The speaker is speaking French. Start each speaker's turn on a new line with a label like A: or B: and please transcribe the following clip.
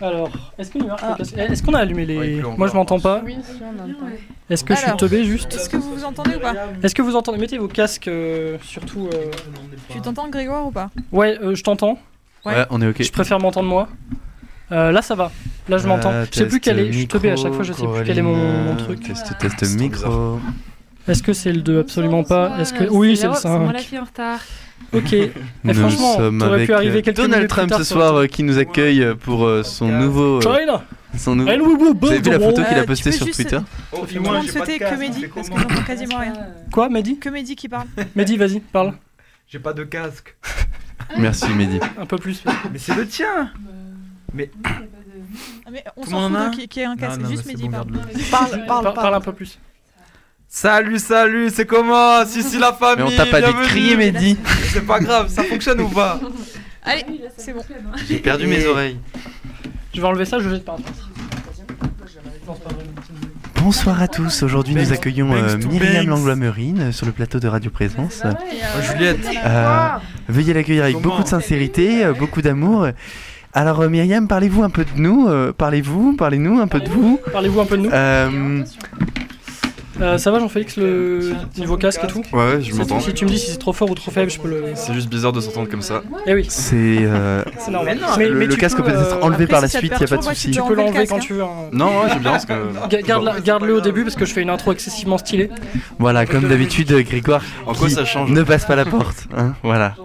A: Alors, est-ce que le marque est cassé Est-ce qu'on a allumé les. Moi je m'entends pas.
B: Oui, si on entend.
A: Est-ce que je suis
C: Alors.
A: teubé juste
C: Est-ce que vous vous entendez ou pas
A: Est-ce que vous entendez Mettez vos casques euh, surtout. euh,
C: Tu t'entends Grégoire ou pas
A: Ouais, euh, je t'entends.
C: Ouais.
D: Ouais, on est ok.
A: Je préfère m'entendre moi. Euh, là ça va. Là je m'entends.
D: Euh,
A: je sais plus
D: test
A: quel est. Je suis teubé à
D: micro,
A: chaque fois, je sais plus quel est mon,
D: Coraline,
A: mon
D: euh,
A: truc.
D: Test, test micro.
A: Est-ce que c'est le 2 Absolument pas. Est-ce que.
B: Bonsoir,
A: Oui, c'est le
B: la- moi
A: 5.
B: la fille en retard.
A: Ok. Et
D: Nous
A: Eh, franchement,
D: sommes
A: t'aurais
D: avec
A: pu arriver
D: euh,
A: quelques
D: Donald
A: minutes plus
D: Trump
A: tard,
D: ce
A: ça
D: soir
A: aurait
D: euh, qui nous accueille euh, pour euh, son nouveau. euh,
A: été- China
D: son nouveau...
A: and we will
D: Vous avez
A: build
D: vu la
A: the
D: photo
A: wall.
C: Euh,
D: qu'il a
C: tu
D: postée
C: peux
D: sur
C: juste-
D: Twitter
A: Ah.
E: Oh,
C: Tout le monde souhaitait comédie parce que j'entends quasiment rien.
A: Quoi, Mehdi
C: Comédie qui parle.
A: Mehdi, vas-y, parle.
E: J'ai pas de casque.
D: Merci Mehdi.
A: Un peu plus.
E: Mais c'est le
C: Ah,
E: tien
C: Mais on
E: Tout
C: s'en
E: le monde en
C: fout de
E: a
C: qui, qui est un casque. Juste
E: mais
C: Mehdi
E: c'est bon,
C: parle.
E: garde-le.
C: Parle,
A: Par- Parle un peu plus.
E: Salut, salut, c'est comment Si, si, la
D: Mais
E: famille
D: on t'a pas dit
E: bienvenue.
D: crier Mehdi.
E: C'est pas grave, ça fonctionne ou pas
C: Allez, c'est bon.
D: J'ai perdu mes oreilles.
A: Je vais enlever ça, je vais par
D: Bonsoir à tous. Aujourd'hui nous
E: Thanks-
D: accueillons
E: thanks
D: euh,
E: to
D: Myriam
E: Banks.
D: Langlois-Murine euh, sur le plateau de Radio Présence.
A: Ah,
C: Et, euh,
E: Oh, Juliette.
D: Euh, veuillez l'accueillir avec
E: Comment
D: beaucoup de sincérité, euh, beaucoup d'amour. Alors euh, Myriam, parlez-vous un peu de nous, euh, parlez-vous, parlez-nous un peu de vous.
A: Parlez-vous un peu de nous.
D: Euh,
A: Euh, ça va, Jean-Félix, le niveau casque et tout
F: Ouais, ouais, je
A: Si-
F: m'entends.
A: Si tu me dis si c'est trop fort ou trop faible, je peux le.
F: C'est juste bizarre de s'entendre comme ça.
A: Eh oui,
D: C'est euh,
A: c'est normal.
E: Mais non,
D: le, le
A: tu
D: casque
A: peux,
D: peut être
A: euh,
D: enlevé
C: après,
D: par
C: si
D: la
C: ça te
D: suite, il y a pas de
C: perturbe, ouais,
D: souci.
A: Tu peux
C: enlever le
A: l'enlever
C: casque,
A: quand
C: hein.
A: tu veux. hein.
F: Non, ouais, j'aime bien parce que.
A: Ga- garde-la-
F: Bon.
A: Garde-le au début parce que je fais une intro excessivement stylée.
D: Voilà, comme d'habitude, euh, Grégoire
F: En quoi
D: qui
F: ça change
D: ne passe pas la porte. hein, voilà.